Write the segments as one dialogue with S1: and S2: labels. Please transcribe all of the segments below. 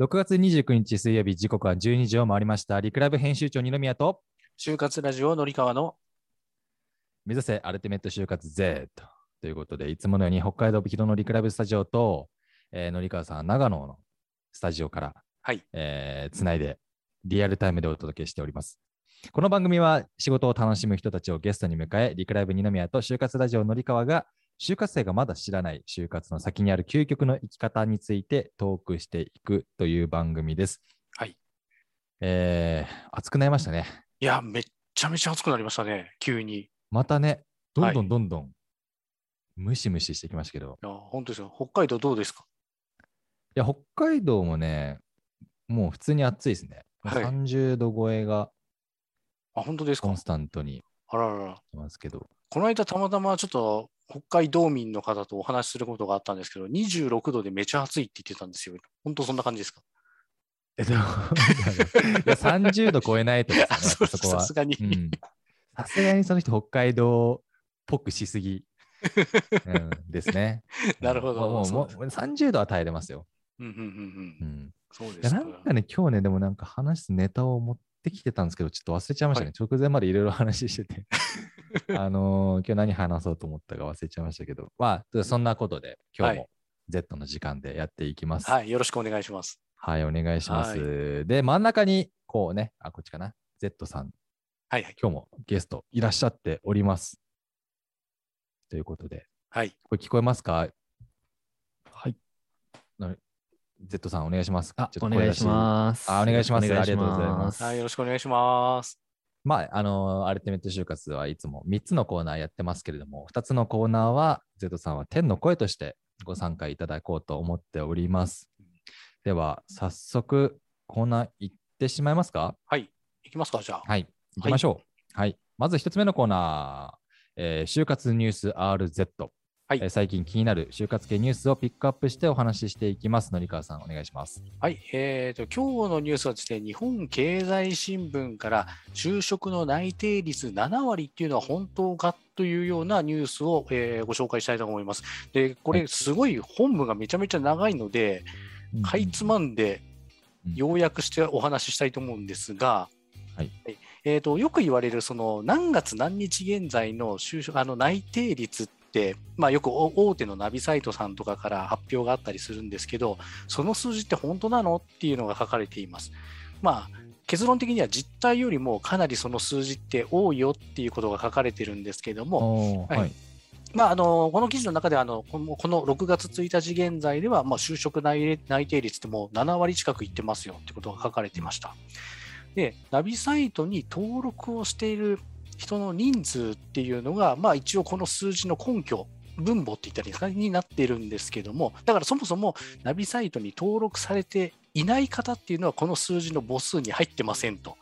S1: 6月29日水曜日、時刻は12時を回りました。リクライブ編集長二宮と、
S2: 就活ラジオのりかわの
S1: 目指せアルティメット就活 Z ということで、いつものように北海道広のリクライブスタジオと、えー、のりかわさん、長野のスタジオから、
S2: はい
S1: えーつないでリアルタイムでお届けしております。この番組は仕事を楽しむ人たちをゲストに迎え、リクライブ二宮と就活ラジオのりかわが、就活生がまだ知らない就活の先にある究極の生き方についてトークしていくという番組です。
S2: はい。
S1: えー、熱くなりましたね。
S2: いや、めっちゃめちゃ暑くなりましたね、急に。い
S1: またね、どんど
S2: は
S1: ん
S2: い
S1: どんどん、ムシムシしてきましたけど、
S2: や、本当ですよ。北海道どうですか
S1: いや、北海道もね、もう普通に暑いですね。
S2: はい
S1: 30度超えが
S2: あ、本当です
S1: コ
S2: か
S1: ンスタントに
S2: あららら。
S1: 来ますけ ど、
S2: この間、たまたまちょっと北海道民の方とお話しすることがあったんですけど、26度でめちゃ暑いって言ってたんですよ。本当そんな感じですか
S1: えっと、いや30度超えないとか
S2: あ、
S1: さ、
S2: そ
S1: やっぱそこ
S2: さ
S1: は
S2: す。がに。
S1: うんさすがにその人、北海道っぽくしす ぎ、うんですね。
S2: なるほど
S1: もうもう
S2: そうです
S1: もう30度は耐えれますよ。
S2: うんうんうん
S1: う
S2: うん。
S1: ん
S2: そうで
S1: いや
S2: す
S1: な
S2: か。
S1: んかね、今日ね、でもなんか話すネタを持ってきてたんですけど、ちょっと忘れちゃいましたね。直前までいろいろ話して て。あのー今日何話そうと思ったか忘れちゃいましたけど、まあ、そんなことで、今日
S2: は
S1: も Z の時間でやっていきます。はい、
S2: はい、よろしくお願いします。
S1: お願いします。
S2: は
S1: で、真ん中に、こうね、あ、こっちかな、Z さん、
S2: はいはい。
S1: 今日もゲストいらっしゃっております。ということで、
S2: はい。
S1: これ聞こえますかはい。な Z さん、お願いします。
S3: あ
S1: ちょっ、と
S3: お
S1: 声
S3: 願
S1: 出
S3: い
S1: し
S3: します。
S1: あお願いします
S3: よろく
S1: ありがとうございます
S2: はい、よろしくお願いします。
S1: まあ、あの、アルティメット就活はいつも3つのコーナーやってますけれども、2つのコーナーは、Z さんは天の声としてご参加いただこうと思っております。では、早速、コーナー行ってしまいますか
S2: はい。いきますか、じゃあ。
S1: はい、行きましょう。はい、まず1つ目のコーナー、えー就活ニュース RZ。
S2: はい
S1: えー最近気になる就活系ニュースをピックアップしてお話ししていきます。のりかわさん、お願いします。
S2: はい、えー、と今日のニュースはですね、日本経済新聞から就職の内定率7割っていうのは本当かというようなニュースを、えーご紹介したいと思います。で、こ
S1: は
S2: れすごい本文がめちゃめちゃ長いので、かいつまんで
S1: うん
S2: 要約してお話ししたいと思うんですが、
S1: はい
S2: えー、とよく言われるその何月何日現在の就職あの内定率って、まあ、よくお大手のナビサイトさんとかから発表があったりするんですけどその数字って本当なのっていうのが書かれています。まあ結論的には実態よりもかなりその数字って多いよっていうことが書かれてるんですけども、
S1: おー
S2: は
S1: はいい。
S2: まあ、あのこの記事の中ではあのこのこの6月1日現在では、まあ、就職内内定率ってもう7割近くいってますよってことが書かれていました。で、ナビサイトに登録をしている人の人数っていうのが、まあ、一応この数字の根拠、分母って言ったらいいですかねになっているんですけども、だからそもそもナビサイトに登録されていない方っていうのは、この数字の母数に入ってませんと。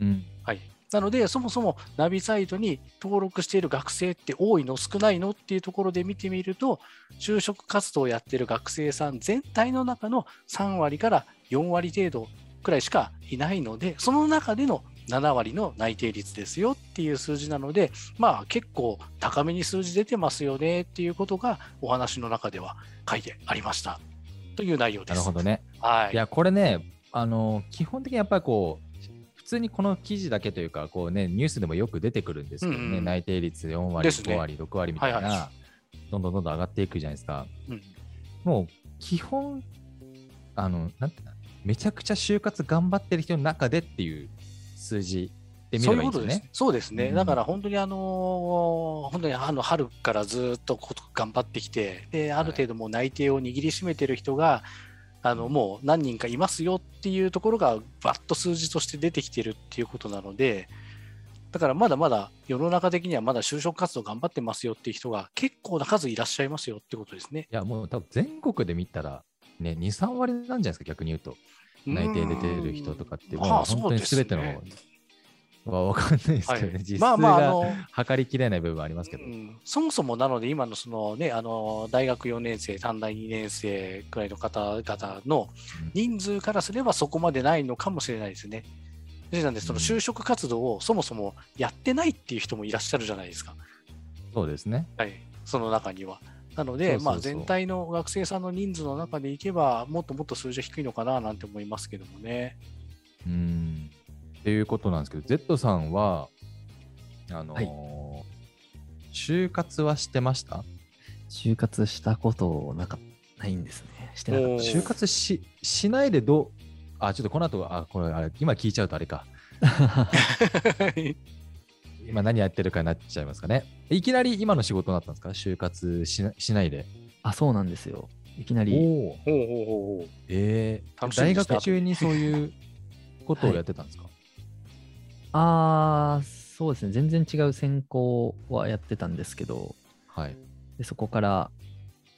S1: うん
S2: はい、なので、そもそもナビサイトに登録している学生って多いの、少ないのっていうところで見てみると、就職活動をやっている学生さん全体の中の3割から4割程度くらいしかいないので、その中での7割の内定率ですよっていう数字なので、まあ、結構高めに数字出てますよねっていうことがお話の中では書いてありましたという内容
S1: な
S2: です。
S1: るほどね。
S2: はいい、
S1: やこれねあの基本的にやっぱりこう普通にこの記事だけというかこう、ね、ニュースでもよく出てくるんですけどね、
S2: うんうん
S1: 内定率4割、
S2: ですね
S1: 5割、6割みたいな、
S2: はいは
S1: どんどんどんどん上がっていくじゃないですか。
S2: うん
S1: もう基本あのなんてめちゃくちゃ就活頑張ってる人の中でっていう数字で見
S2: そ
S1: れ
S2: う
S1: ば
S2: いう
S1: いいん
S2: こ
S1: ですよ
S2: とです
S1: ね。。
S2: そうですね。
S1: うん
S2: だから本当にあのー本当にあの春からずっとこと頑張ってきて、で、ある程度もう内定を握りしめてる人が、あのもう何人かいますよっていうところがバッと数字として出てきてるっていうことなので、だからまだまだ世の中的にはまだ就職活動頑張ってますよっていう人が結構な数いらっしゃいますよってことですね。
S1: いやもう多分全国で見たら、ね、2、3割なんじゃないですか逆に言うと内定出てる人とかって
S2: うん
S1: もう
S2: まあ
S1: 本当に
S2: そ
S1: 全
S2: うです
S1: ての、
S2: ね
S1: は分かんないです
S2: は
S1: けどね、
S2: い、
S1: 実
S2: まあ
S1: 数
S2: まああ
S1: が
S2: の
S1: 測りきれない部分はありますけど、
S2: うんそもそもなので今のその、ね、あの大学4年生短大2年生くらいの方々の
S1: うん
S2: 人数からすればそこまでないのかもしれないですね。ですなんでその
S1: うん
S2: 就職活動をそもそもやってないっていう人もいらっしゃるじゃないですか、
S1: そうですね。
S2: はい、その中には。なの
S1: そう
S2: で、
S1: そうそう
S2: まあ、全体の学生さんの人数の中でいけば、もっともっと数字は低いのかななんて思いますけどもね。
S1: うん。っていうことなんですけど、Z さんは、あのー
S3: はい
S1: 就活はしてました
S3: 就活したことなかないんですね。してなかった
S2: おー
S1: 就 活ししないでどう、あ、ちょっとこの後、あ、これ、あれ今聞いちゃうとあれか。今何やってるかになっちゃいますかね。いきなり今の仕事になったんですか就活しなしないで。
S3: あ、そうなんですよ。いきな
S1: お
S3: り、
S1: ー
S2: ほうほうほうほう。
S1: え
S2: 楽
S1: ー、
S2: しみ
S1: 大
S2: にしてた
S1: 学中にそういうことをやってたんですか、
S3: あー、そうですね。全然違う専攻はやってたんですけど、
S1: はい、
S3: でそこから、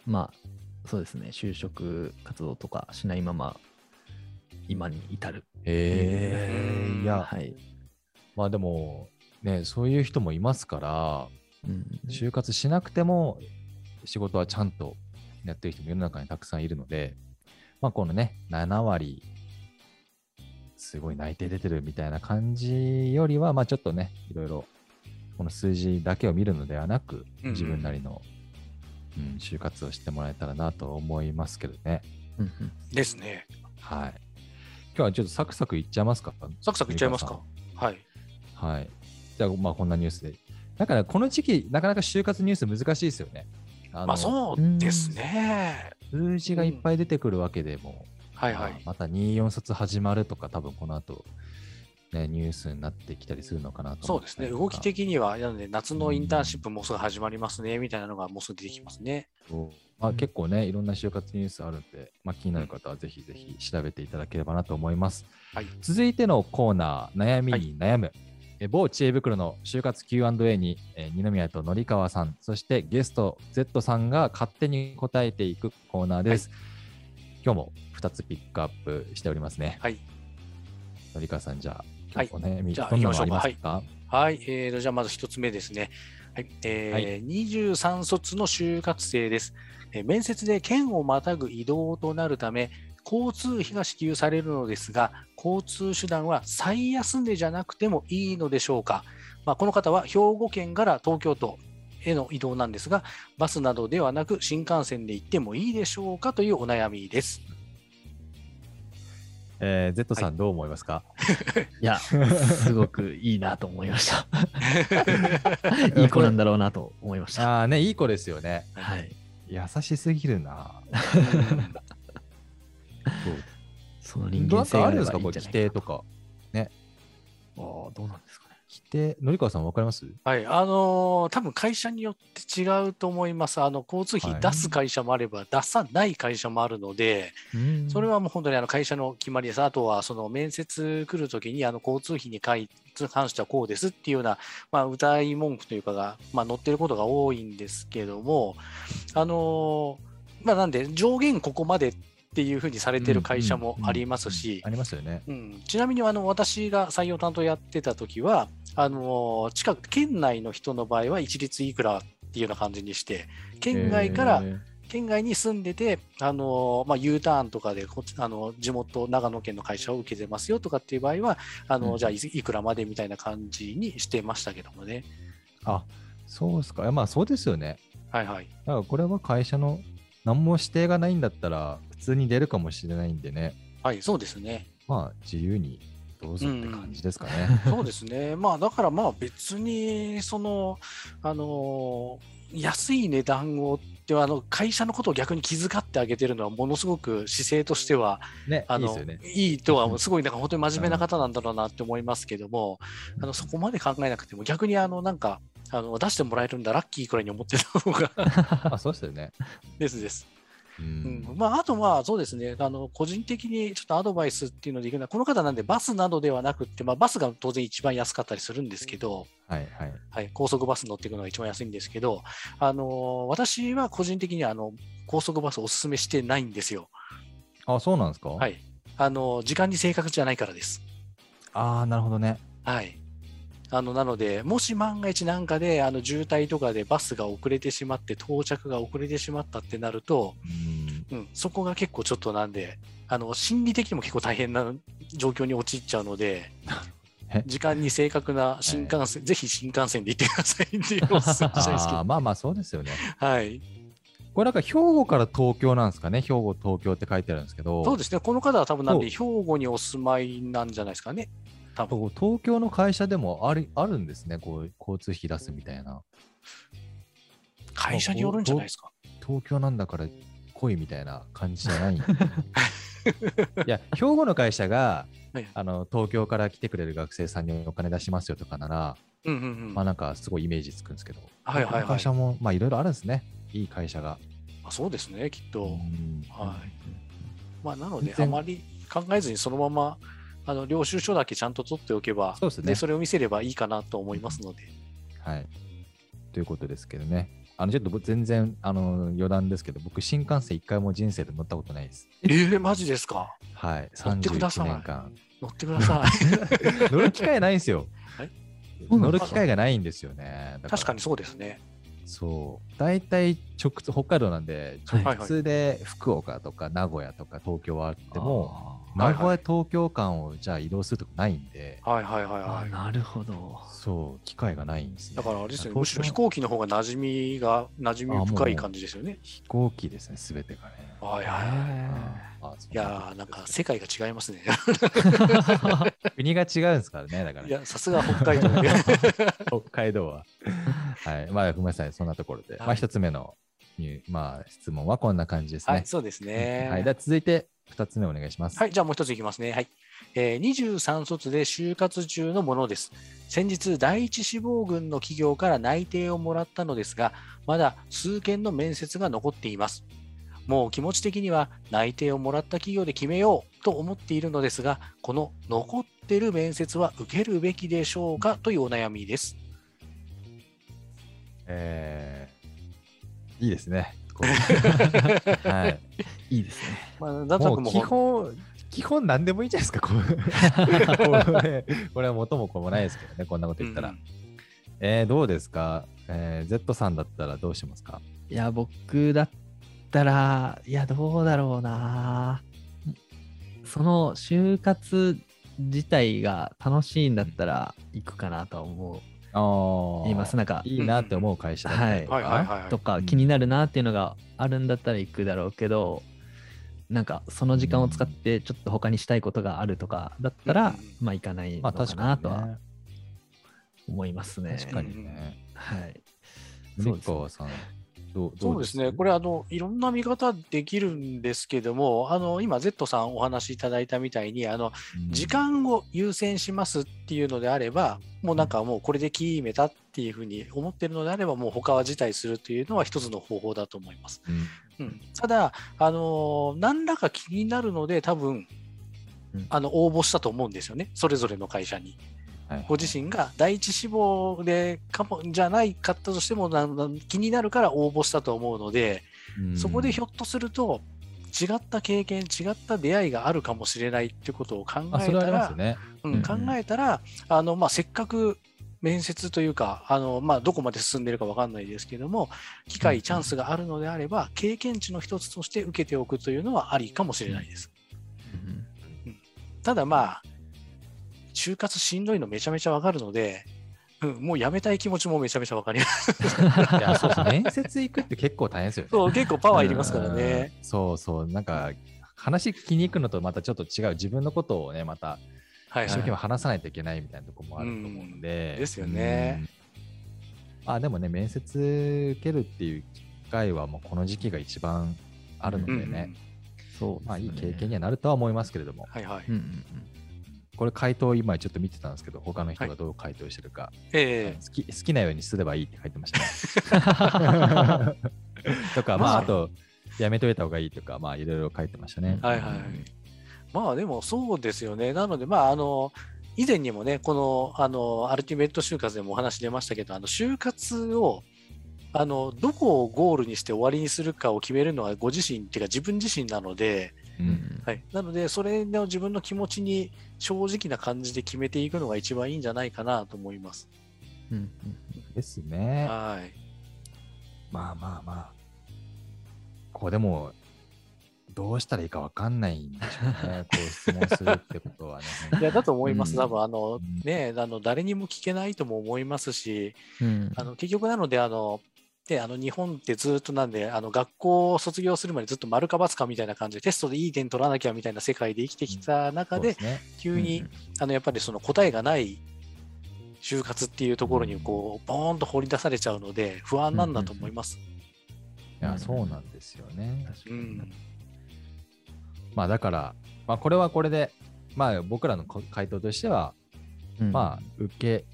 S3: まあ、そうですね、就職活動とかしないまま、今に至る。
S1: え
S2: う
S1: ー、
S2: ん
S1: いや、
S3: はい。
S1: まあでも、ね、そういう人もいますから、
S3: うん、
S1: 就活しなくても仕事はちゃんとやってる人も世の中にたくさんいるので、まあ、このね7割すごい内定出てるみたいな感じよりは、まあ、ちょっとねいろいろこの数字だけを見るのではなく
S2: うんうん
S1: 自分なりの、うん就活をしてもらえたらなと思いますけどね。
S3: うんうん
S2: ですね。
S1: はい今日はちょっとサクサクいっちゃいますか
S2: サクサクいっちゃいますか。はい。
S1: はい。じゃあ、まあ、こんなニュースで。だから、この時期、なかなか就活ニュース難しいですよね。あの
S2: まあ、そうですね。
S1: 数字がいっぱい出てくるわけでも、
S2: はいはい
S1: まあ。また24冊始まるとか、多分この後、ね、ニュースになってきたりするのかなと
S2: そ
S1: 思
S2: う
S1: っ
S2: です
S1: たり
S2: ね。
S1: と
S2: 動
S1: か
S2: き的には、なので、夏のインターンシップもうすぐ始まりますね、みたいなのがもうすぐ出てきますね。
S1: そうまあ、結構ね、いろんな就活ニュースあるんで、まあ、気になる方はぜひぜひ調べていただければなと思います。
S2: はい
S1: 続いてのコーナー、悩みに悩む。え某知恵袋の就活 Q&A に、えー二宮と紀川さん、そしてゲスト Z さんが勝手に答えていくコーナーです。今日も2つピックアップしておりますね。
S2: はい。
S1: 紀川さん、じゃあ、
S2: はい
S1: 今日お悩み、
S2: じゃあ
S1: どんなのあります
S2: 行きましょう
S1: か、
S2: はい、えーと、じゃあまず一つ目ですね。はい、えー
S1: はい
S2: 23卒の就活生です、えー面接で県をまたぐ移動となるため、交通費が支給されるのですが、交通手段は最安値じゃなくてもいいのでしょうか。まあ、この方は兵庫県から東京都への移動なんですが、バスなどではなく新幹線で行ってもいいでしょうかというお悩 みです。
S1: えー ?Z さん、どう思いますか、
S3: いや、すごくいいなと思いました。いい子なんだろうなと思いました。
S1: ああ、ね、いい子ですよね。
S3: はい。
S1: 優しすぎるな。 そう
S3: その人間性が
S1: あ
S3: あ
S1: るん
S3: れ
S1: です
S3: ば
S1: か
S3: いい
S1: こ
S3: ん
S1: れ
S3: じゃ
S1: 規
S3: ない
S1: 定
S3: か
S1: とか。
S3: な。ああ、どうなんですかね。
S1: 規定、のりかわさんわかります
S2: はい、あのー多分会社によって違うと思います。あの交通
S1: は
S2: 費
S1: い
S2: 出す会社もあれば、出さない会社もあるので、それはもう本当にあの会社の決まりです。あとはその面接来るときにあの交通費に関してはこうですっていうような、まあ、歌い文句というかが、まあ、載ってることが多いんですけども、あのーまあ、なんで上限ここまでっていうふうにされてる会社もありますし、
S1: ありますよね。
S2: うん、ちなみにあの私が採用担当やってた時はあのー近く県内の人の場合は一律いくらっていうような感じにして県外から、
S1: えー
S2: 県外に住んでて、あのーまあ、U ターンとかでこっちあの地元長野県の会社を受けてますよとかっていう場合はあのー、
S1: うん
S2: じゃあいいくらまでみたいな感じにしてましたけどもね
S1: あ、そうですか。いやまあそうですよね。
S2: はいはい
S1: だからこれは会社の何も指定がないんだったら普通に出るかもしれないんでね。
S2: はいそうですね
S1: まあ自由にどうぞって感じですかね。
S2: そうですね、 まあだからまあ別にそのあの安い値段をってあの会社のことを逆に気遣ってあげてるのはものすごく姿勢としては
S1: ね、
S2: あ
S1: いいで
S2: の
S1: すよね。
S2: いいとはすごいなんか本当に真面目な方なんだろうなって思いますけども、あのそこまで考えなくても逆にあのなんかあの出してもらえるんだラッキーくらいに思ってた方が
S1: あ、そうですよね。
S2: ですです。
S1: う
S2: うん
S1: ん。
S2: まあ、あとまあそうですねあの個人的にちょっとアドバイスっていうのでいくのはこの方なんでバスなどではなくって、まあ、バスが当然一番安かったりするんですけど、
S1: はいはい。
S2: はい、高速バス乗っていくのが一番安いんですけど、あのー私は個人的にはあの高速バスおすすめしてないんですよ。
S1: あ、そうなんですか
S2: はいあのー時間に正確じゃないからです。
S1: ああ、なるほどね。
S2: はい、あのなので、もし万が一なんかであの渋滞とかでバスが遅れてしまって、到着が遅れてしまったってなると、
S1: うん。
S2: うん、そこが結構ちょっとなんで、あの心理的にも結構大変な状況に陥っちゃうので
S1: え。
S2: 時間に正確な新幹線、ぜひ新幹線で行ってくださいっていうおすすめしたいですけ
S1: あーまあまあそうですよね。
S2: ど、はい、
S1: これなんか兵庫から東京なんですかね。兵庫、東京って書いてあるんですけど、
S2: そうですね、この方は多分なんで、兵
S1: そ
S2: 庫にお住まいなんじゃないですかね、多分
S1: こう東京の会社でもありあるんですね。こう交通費出すみたいな。
S2: 会社によるんじゃないですか。
S1: 東京なんだから来いみたいな感じじゃ ない。いや、兵庫の会社が
S2: はい
S1: あの東京から来てくれる学生さんにお金出しますよとかなら、
S2: うんうんうん
S1: まあなんかすごいイメージつくんですけど、
S2: はいはいはい
S1: この会社もまあいろいろあるんですね。いい会社が。
S2: あそうですね、きっと。
S1: うん
S2: はいまあ、なの
S1: 全
S2: で、あ
S1: 然
S2: まり考えずにそのままあの領収書だけちゃんと取っておけば、
S1: そうですね
S2: でそれを見せればいいかなと思いますので。
S1: はい。ということですけどね。あのちょっと僕全然あの余談ですけど、僕、新幹線一回も人生で乗ったことないです。
S2: えー、マジですか。
S1: はい。
S2: 乗ってくだ
S1: 31
S2: さい
S1: 年間。
S2: 乗ってくだ さい。
S1: 乗る機会ないんですよ
S2: え。
S1: 乗る機会がないんですよね。だら
S2: 確かにそうですね。
S1: そう。大体直通、北海道なんで、
S3: はい
S1: 直通で福岡とか名古屋とか東京はあって
S3: で
S1: も、
S3: も、
S2: あーはい
S1: 名古屋、東京間をじゃあ移動するとかないんで、
S2: はいはいはい
S3: あ
S2: はい。
S3: なるほど。
S1: そう、機会がないんですね。
S2: だからあれですね、
S1: 東京
S2: むしろ飛行機の方が馴染みが、馴染み深い感じですよね。
S1: 飛行機ですね、すべてがね。
S2: はいはいはい。
S1: うんあそう
S2: いやー、なんか世界が違いますね。
S1: 国が違うんですからね、だか
S2: い
S1: ら、
S2: や、さすが北海道
S1: 北海道は。はい、まあ、ごめんなさい、そんなところで。ま
S2: は
S1: あ、
S2: い
S1: 一つ目のニュー、まあ、質問はこんな感じですね。
S2: はい、そうですね。
S1: はい、では続いて二つ目お願いします。
S2: はい、じゃあもう一ついきますね。はい。えー23卒で就活中のものです。先日、第一志望軍の企業から内定をもらったのですが、まだ数件の面接が残っています。もう気持ち的には内定をもらった企業で決めようと思っているのですが、この残ってる面接は受けるべきでしょうかというお悩みです。
S1: えーいいですね。こ うはい、
S3: いいですね。
S2: まあ、なんとな
S1: も
S2: く
S1: う
S2: もう
S1: 基本、基本何でもいいんじゃないですか、こ うこれこれは元も子もないですけどね、こんなこと言ったら。
S2: うん
S1: えーどうですか、えー、?Z さんだったらどうしますか
S3: いや、僕だったら、いや、どうだろうな。その就活自体が楽しいんだったら行くかなとは思
S1: あ
S3: う。います。なんか、
S1: いいなって思う会社だったりとか、
S2: はいはいはい、はい
S3: と。か
S1: うん
S3: 気になるなっていうのがあるんだったら行くだろうけど、なんかその時間を使ってちょっと他にしたいことがあるとかだったら、
S2: うん
S3: まあ行かない
S1: ま
S3: の
S1: あ確かに、
S3: かな
S1: ね、
S3: とは思いますね。
S1: 確かにね。
S3: はい。そ
S1: 森
S3: うですね
S1: 川さん、どう
S2: そうですね、これ
S1: は、
S2: あの、いろんな見方できるんですけども、あの今、Z さんお話しいただいたみたいに、あの
S1: うん
S2: 時間を優先しますっていうのであれば、もうなんかもうこれで決めたっていうふうに思ってるのであれば、もう他は辞退するというのは一つの方法だと思います。
S1: うん
S2: うん、ただ、あの何らか気になるので、多分
S3: うん
S2: あの応募したと思うんですよね、それぞれの会社に。
S1: はい
S2: ご自身が第一志望でかもじゃないかったとしてもなんなん気になるから応募したと思うので、そこでひょっとすると違った経験違った出会いがあるかもしれないってことを考
S1: あ
S2: え
S1: それはあ
S2: た
S1: ります
S2: ら
S1: よ、ね。
S2: う、
S1: うんん
S2: 考えたらあの、まあ、せっかく面接というかあの、まあ、どこまで進んでるかわかんないですけども機会チャンスがあるのであれば経験値の一つとして受けておくというのはありかもしれないです。
S3: うん
S2: ただまあ就活しんどいのめちゃめちゃわかるので、うん、もうやめたい気持ちもめちゃめちゃわかります。
S1: いや そうそう面接行くって結構大変ですよね。
S2: そう結構パワーいりますからね。
S1: うん。そうそう、なんか話聞きに行くのとまたちょっと違う、自分のことをね、また
S2: はい
S1: 一生
S2: はい
S1: 懸命話さないといけないみたいなとこもあると思うので。
S2: うんですよね
S1: うん。あでもね、面接受けるっていう機会はもうこの時期が一番あるのでね、
S2: うんうん
S3: そうですね
S1: まあいい経験にはなるとは思いますけれども、
S2: はいはい
S3: うんうんうん
S1: これ回答を今ちょっと見てたんですけど、他の人がどう回答してるか、
S2: え
S1: 好き好きなようにすればいいって書いてましたね。とか、まあ、あと、やめといた方がいいとか、まあ、いろいろ書いてましたね。
S2: えはいはい。まあでもそうですよね。なので、まああの、以前にもね、この、あの、アルティメット就活でもお話出ましたけど、あの、就活を、あの、どこをゴールにして終わりにするかを決めるのはご自身っていうか自分自身なので、
S1: う
S3: うんうんん
S2: はい。なので、それの自分の気持ちに正直な感じで決めていくのが一番いいんじゃないかなと思います。
S3: うんうん
S1: ですね。
S2: はい。
S1: まあまあまあ。こう、でも、どうしたらいいかわかんないんでしょうね。こう、質問するってことはね。
S2: いや、だと思います。
S3: うん
S2: 多分、あの
S1: うん、
S2: ね、あの、誰にも聞けないとも思いますし、
S3: うん
S2: あの結局なのであのであの日本ってずっとなんであの学校を卒業するまでずっと丸か×かみたいな感じでテストでいい点取らなきゃみたいな世界で生きてきた中
S1: そう
S2: で、
S1: すね
S2: 急に、
S1: うんうん
S2: あのやっぱりその答えがない就活っていうところにこうボーンと放り出されちゃうので不安なんだと思います。
S1: いやそうなんですよね。
S3: 確か
S2: う
S3: に。
S2: ん
S1: まあだから、まあ、これはこれで、まあ、僕らのこ回答としては、
S3: うん
S1: まあ受け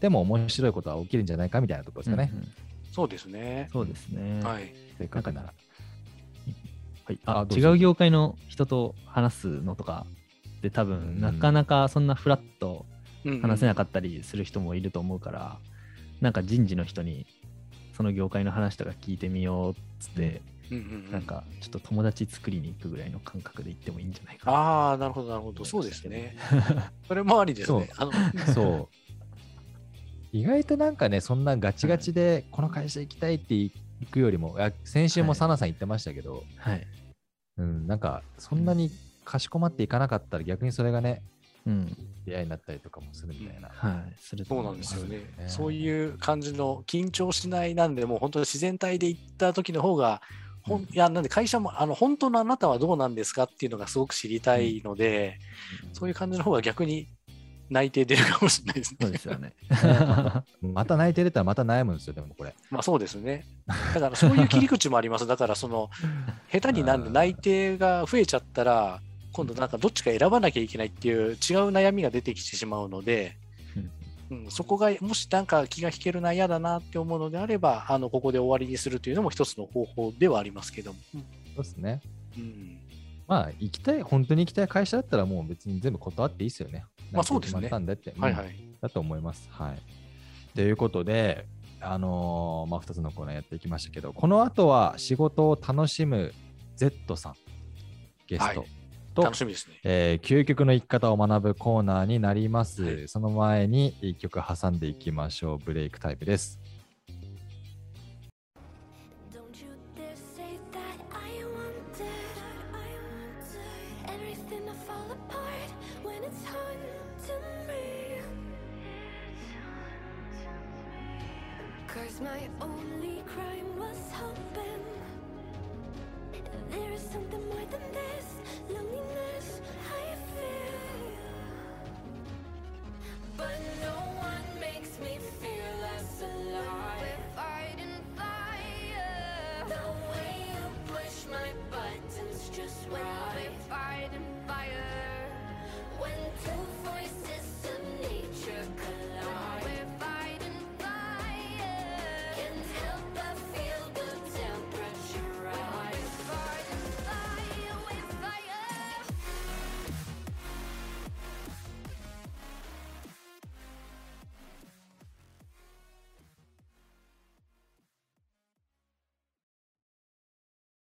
S1: ても面白いことは起きるんじゃないかみたいなところですかね。
S3: うんうん
S2: そうですね。
S3: そうですね。
S2: はい。
S1: せっかくなら。
S3: はい、あ
S1: あどう
S3: 違
S1: ぞ
S3: う業界の人と話すのとかで多
S1: うん
S3: 分なかなかそんなフラッと
S2: うん
S3: 話せなか
S2: っ
S3: ったりする人もいると思うから、なんか人事の人にその業界の話とか聞いてみようっつって、
S2: た。うんうんうん
S3: なんかちょっと友達作りに行くぐらいの感覚で行ってもいいんじゃないかな
S2: ああ、なるほど、なるほど。そうですね。それもありですね。あの
S1: そう。意外となんかね、そんなガチガチで、この会社行きたいって行くよりも、あ先週もサナさん言ってましたけど、
S3: はい、
S1: うん、なんかそんなにかしこまっていかなかったら、逆にそれがね、
S3: うん
S1: 出会いになったりとかもするみたいな。
S3: はい、すると
S2: そうな
S3: 思
S2: ん
S3: い
S2: で
S3: ます
S2: よね。
S1: ね
S2: そういう感じの緊張しないなんで、もう本当に自然体で行った時の方が、ほん
S1: うん
S2: いやなんで会社もあの本当のあなたはどうなんですかっていうのがすごく知りたいので、そういう感じの方が逆に内定出るかもしれないです
S3: そう
S2: ね。
S3: ですよね。
S1: また泣いて出たらまた悩むんですよ、でもこれ。
S2: まあそうですね。だからそういう切り口もあります。だからその下手になんで内定が増えちゃったら、今度なんかどっちか選ばなきゃいけないっていう違う悩みが出てきてしまうので、うん、そこがもしなんか気が引けるな嫌だなって思うのであればあのここで終わりにするというのも一つの方法ではありますけども、
S1: そうですね。
S2: うん、
S1: まあ、行きたい、本当に行きたい会社だったら、もう別に全部断っていいですよね。
S2: まあそうですね
S1: なんか決まったんでって。
S2: はいは
S1: うん
S2: い、
S1: だと思います。はい。ということで、あのーまあ、2つのコーナーやっていきましたけど、この後は仕事を楽しむ Z さん、ゲスト
S2: はい
S1: と、
S2: 楽しみですね
S1: えー究極の生き方を学ぶコーナーになります。
S2: はい
S1: その前に1曲挟んでいきましょう。ブレイクタイムです。
S4: Don't you dare say that I want it. I want it. Everything to fall apart when it's haunting me. Cause my only crime was hoping there is something more than this loneliness.